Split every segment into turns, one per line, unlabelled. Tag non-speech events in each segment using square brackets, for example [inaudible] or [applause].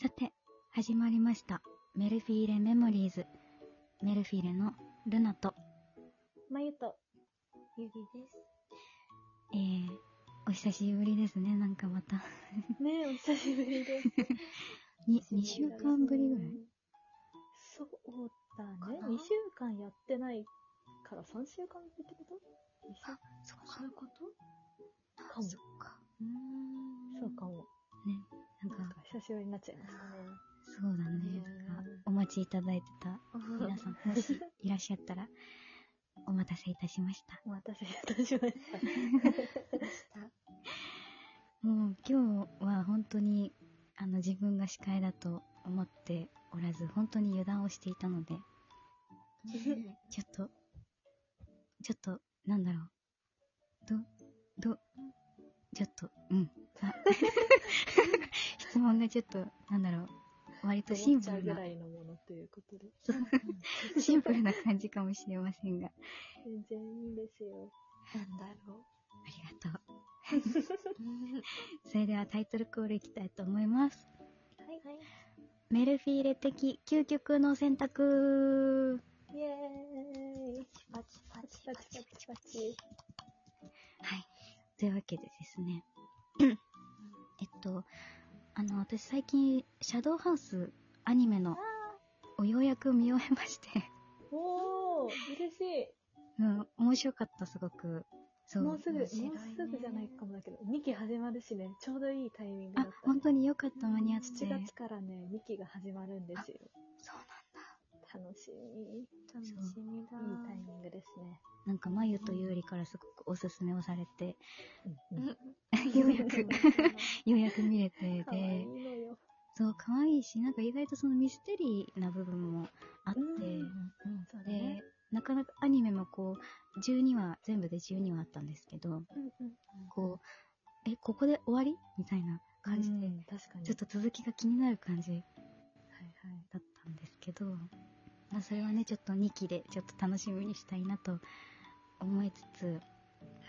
さて、始まりました。メルフィーレメモリーズ。メルフィーレのルナと、
まゆと、ゆりです。
えー、お久しぶりですね、なんかまた。
ねえ、お久しぶり [laughs] です。
に、2週間ぶりぐらい
そうだね
かな。
2週間やってないから3週間ぶりってこと二週
あそっか
そういうこと
あ
かも
そっか。うーん。
そうか。も。
ね、な
なん
ん
か
か、
久しぶりになっちゃいましたね。
そうだね。なんか、お待ちいただいてた皆さん、もしいらっしゃったら、お待たせいたしました。
お待たせいたしま
[laughs]
した。
もう今日は本当にあの自分が司会だと思っておらず本当に油断をしていたの
[laughs]
でちょっとちょっとなんだろうどどちょっとうんあ [laughs] 質問がちょっとなんだろう割とシンプル
思っちゃ
な
うぐらいのものということで。
シンプルな感じかもしれませんがあ
全然いいですよ。なんだろ
り
[laughs]
がとうそれではタイトルコールいきたいと思います
う。はい。はい
メルフィーレ的究極の選択
イエーイパチパチパチパチパチ。
はい。というわけでですね。 [clears throat] えっと、あの、私最近、シャドウハウスアニメのをようやく見終えまして、 [laughs]
おー、嬉しい。
うん、面白かった、すごく。そう。
もうすぐ、も
面
うす
白いね
ぐじゃないかもだけど、2期始まるしね、ちょうどいいタイミングだっ
あ
た。、
本当によかった、間に合って。
7月からね、2期が始まるんですよ。
そうなんだ。
楽しみ。楽
し
みだ。いいタイミングですね。
なんか、まゆとゆうりからすごくおすすめをされ
[laughs]
て、
うんうん
ようや
[laughs]
く、ようやく見れて、
可愛い
で、
のよ。
そう、可愛いし、なんか意外とそのミステリーな部分もあって、
そうだね
で。、なかなかアニメもこう、12話、全部で12話あったんですけど、
うんうん
こう、え、ここで終わりみたいな感じで、
うん確かに。
ちょっと続きが気になる感じ
はいはい。
だったんですけど、まあ、それはね、ちょっと2期でちょっと楽しみにしたいなと思いつつ、
は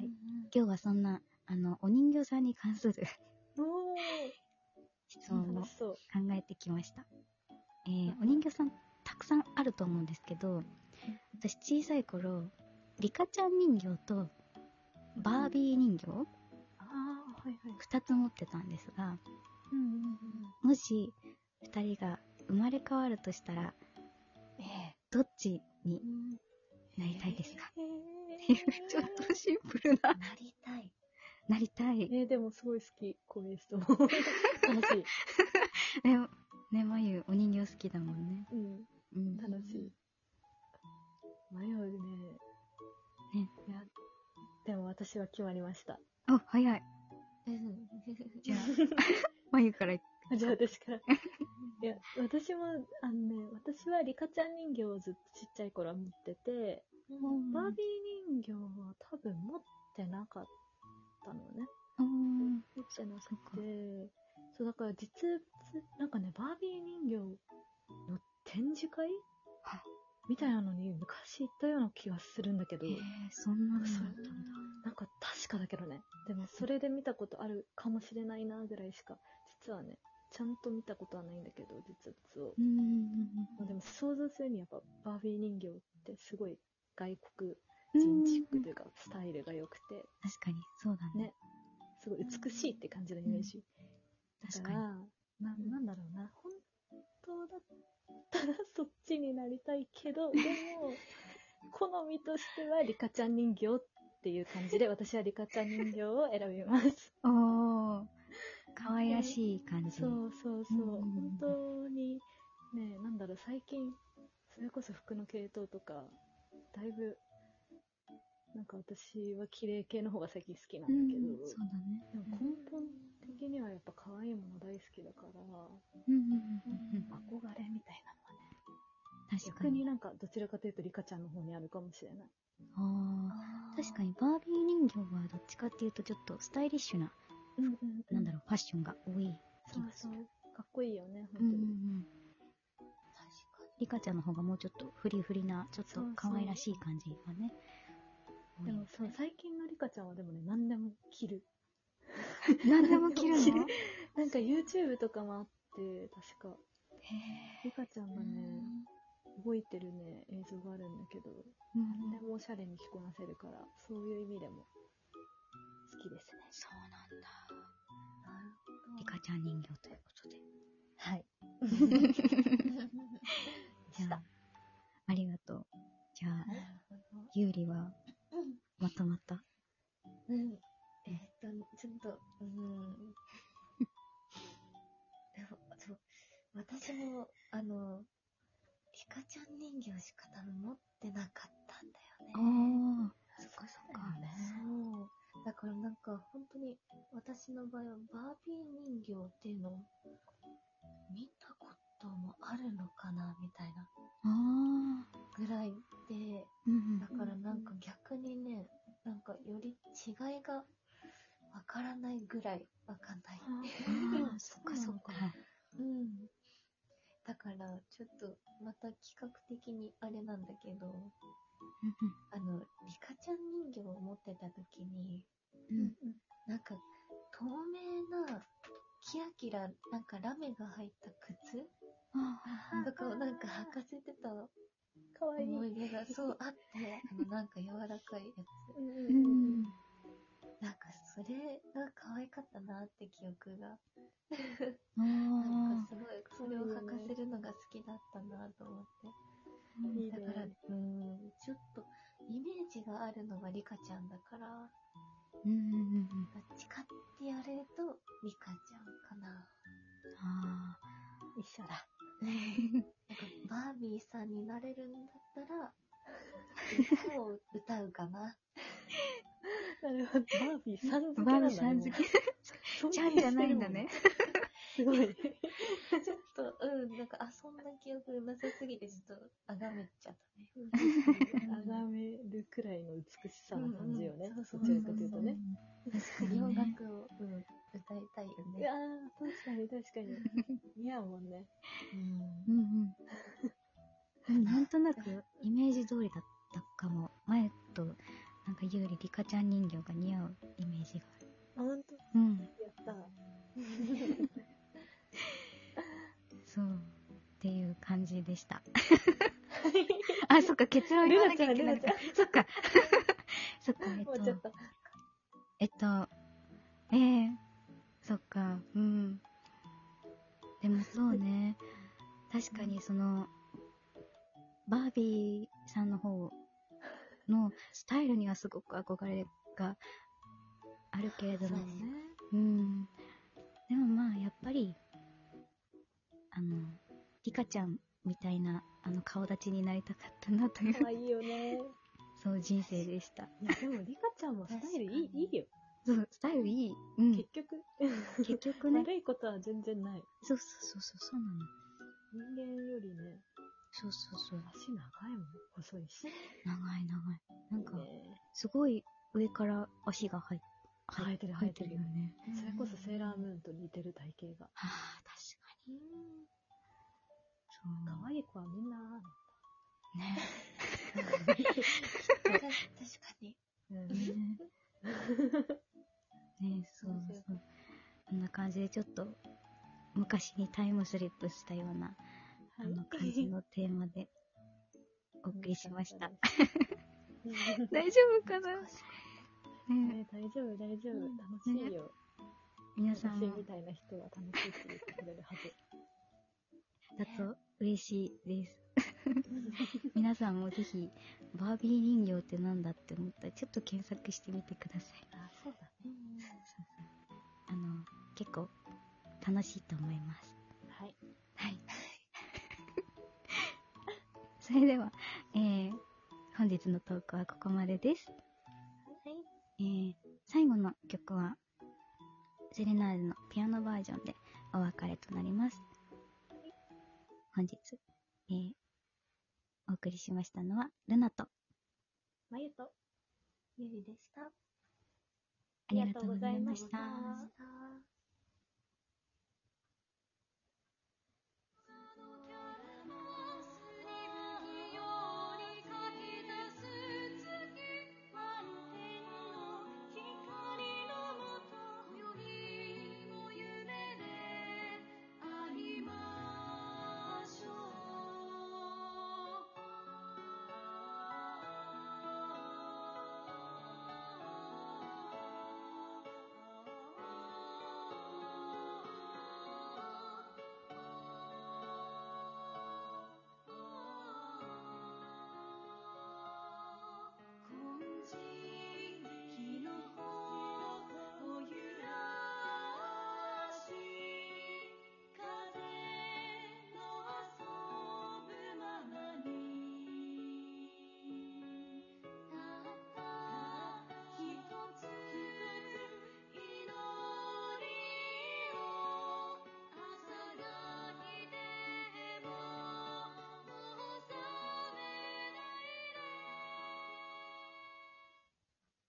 い。
今日はそんな、あの、お人形さんに関する [laughs]
お
質問
ー、
を
楽
考
しそう。
えてきました。えーお人形さん、たくさんあると思うんですけど、私小さい頃、リカちゃん人形とバービー人形
ああ、はいはい。
2つ持ってたんですが
うんうんうん。
もし2人が生まれ変わるとしたら
ええ。
どっちになりたいですか、 [laughs] ちょっとシンプルな
なりたい。
なりたい
えー、でもすごい好き、こういう人も。 [laughs] 楽しい。
ねねまゆお人形好きだもんね、
うん、
うん、
楽しい。迷うね。
ね
いや、でも私は決まりました。
お早いじゃあまゆからい
あ [laughs] じゃあ私から。い [laughs] や、私も、あのね、私はリカちゃん人形をずっとちっちゃい頃は持ってて、
ん
バービー人形は多分持ってなかったのね。
おー
持ってな
そっ
くて、そうだから実物、なんかね、バービー人形の展示会
はい
みたいなのに昔行ったような気がするんだけど、
えー、そんなのだ
そう
っ
だった
たんだ
なんか確かだけどね、でもそれで見たことあるかもしれないなぐらいしか、実はね、ちゃんと見たことはないんだけど、実物を。
うんうん
まあでも想像するにやっぱバービー人形ってすごい外国
うんうん
人チッ
う
ク
ん
というかスタイルが良くて、
確かにそうだね
ねすごい美しいって感じのイメージ。
確
だ
か
か
に
ら、ななんだろうな、本当だったらそっちになりたいけど、でも、好みとしてはリカちゃん人形っていう感じで、私はリカちゃん人形を選びます。
おー可愛らしい感じ、
そうそうそう、
うん
本当に、ね、なんだろう、最近、それこそ服の系統とか、だいぶ、なんか私は綺麗系の方が最近好きな
うんん
だけど、
そうだね
でも根本的にはやっぱ可愛いもの大好きだから、
うんうんうんうん
憧れみたいなのはね。
確か
逆
に
になんかどちらかというとリカちゃんの方にあるかもしれない。
あー確かにバービー人形はどっちかっていうとちょっとスタイリッシュな、
うんうん
なんだろうファッションが多い、
そうそう。かっこいいよね、本
う
当
んうん
に。
うん、リカちゃんの方がもうちょっとフリフリなちょっと
そうそう
可愛らしい感じがね
でもそう、最近のリカちゃんはでもね、何でも着る。
[laughs] 何でも着るの
なんか YouTube とかもあって、確か。
へ
リカちゃん
ー
がね、動いてるね、映像があるんだけど、
うん
何でもおしゃれに着こなせるから、そういう意味でも、好きですね。
そうなんだ。リカちゃん人形ということで。
はい。
じゃあ、ありがとう。じゃあ、ゆうりはまとまった
[laughs] うん。えっと、ちょっと、うーん。でもそう私も、あの、リカちゃん人形しか多分持ってなかったんだよね。
ー、そっかそっか。
そう。だからなんか本当に私の場合はバービー人形っていうのを見たこともあるのかなみたいな
あー、
ぐらいで、
うんうん
だからなんか逆にね、なんかより違いがわからないぐらいわかんない。
あーそっかそっか。
うん。だからちょっとまた企画的にあれなんだけど、あの、リカちゃん人形を持ってた時に、
うんうん
なんか、透明な、キラキラ、なんかラメが入った靴
あー
とかをなんか履かせてた
かわいい。
思い出がそうあって、あのなんか柔らかいや
う
う
ん
うん
ん
つ。なんかそれが可愛かったなって記憶が。
あ
な
ー
んかすごい、それを履かせるのが好きだったなと思って。
いいね
だから、うん、ちょっと、イメージがあるのはリカちゃんだから、
うんうんうんうん
どっちかって言われると、リカちゃんかな。
あ
一緒だ。
バービーさんになれるんだったら、歌を歌うかな。
なるほど。バービーさん
ー
付け
バ
な
ー
ん
ビー
だね
さん付け。
もう
ちゃんじゃないんだね。。
すごい。
[laughs] ちょっと、うん、なんか、あ、そんな記憶なさすぎて、ちょっと、あがめちゃったね。
眺めるくらいの美しさな感じよね
うんうん。そ
ど
う
ちらかというとね。
確かに
洋
ね。
楽を、うん、歌いたいよ
いや
ね。
ー、確かに確かに。似合うもんね。
うん
うんうん。でも [laughs] なんとなくイメージ通りだったかも。前となんかゆうりリカちゃん人形が似合うイメージがある。
あ、ほんと
うん、
やった。
そう。っていう感じでした。あ、そっか、結論言わなきゃいけないのか。 [laughs] そっか。そっか、えっ
[laughs] もうちょ
と
っ、と。
えっと、ええそっか、うん。でもそうね、確かにその、バービーさんの方のスタイルにはすごく憧れがあるけれど
そう
も、
ね。
うん。でもまあ、やっぱり、あの、リカちゃんみたいな、あの、顔立ちになりたかったなという、
[laughs] 可愛いよね。
そう人生でした。
いや、でも、リカちゃんもスタイルい
確
い、
かに
いいよ。
そう、スタイルいい。うん
結。局、
結局ね、
悪いことは全然ない。
そうそうそうそう、そうなの。
人間よりね、
そうそうそう。
足長いもん。細いし。
長い長い。なんか
いい、ね
すごい上から足が入っ
生えてる
入ってるよ
生
ね。
それこそセーラームーンと似てる体型が。
ああ、確かに。そう。
可愛い子は
[laughs]
みんな、
ね。
確かに。
うん
ねそうそう。こんな感じでちょっと、昔にタイムスリップしたような、あの感じのテーマで、お送りしま
[laughs]
した。
ね
[laughs] 大丈夫かなね
大丈夫、大丈夫
うん。
楽しいよ。
皆さん
私
も
みたいな人は楽しいって言ってくれるは
[laughs]
ず。
だと嬉しいです。皆さんもぜひ、バービー人形ってなんだって思ったら、ちょっと検索してみてください。
あ、そうだ
うん
あの、結構楽しいと思います。
ね。はい。
はい。 [laughs] それでは、えー、本日のトークはここまでです。
は
え
い。
ー、最後の曲は、セレナーデのピアノバージョンでお別れとなります。本日、えー、お送りしましたのは、ルナと、
まゆと。
ゆりでした。
ありがとうございました。
ありがとうございました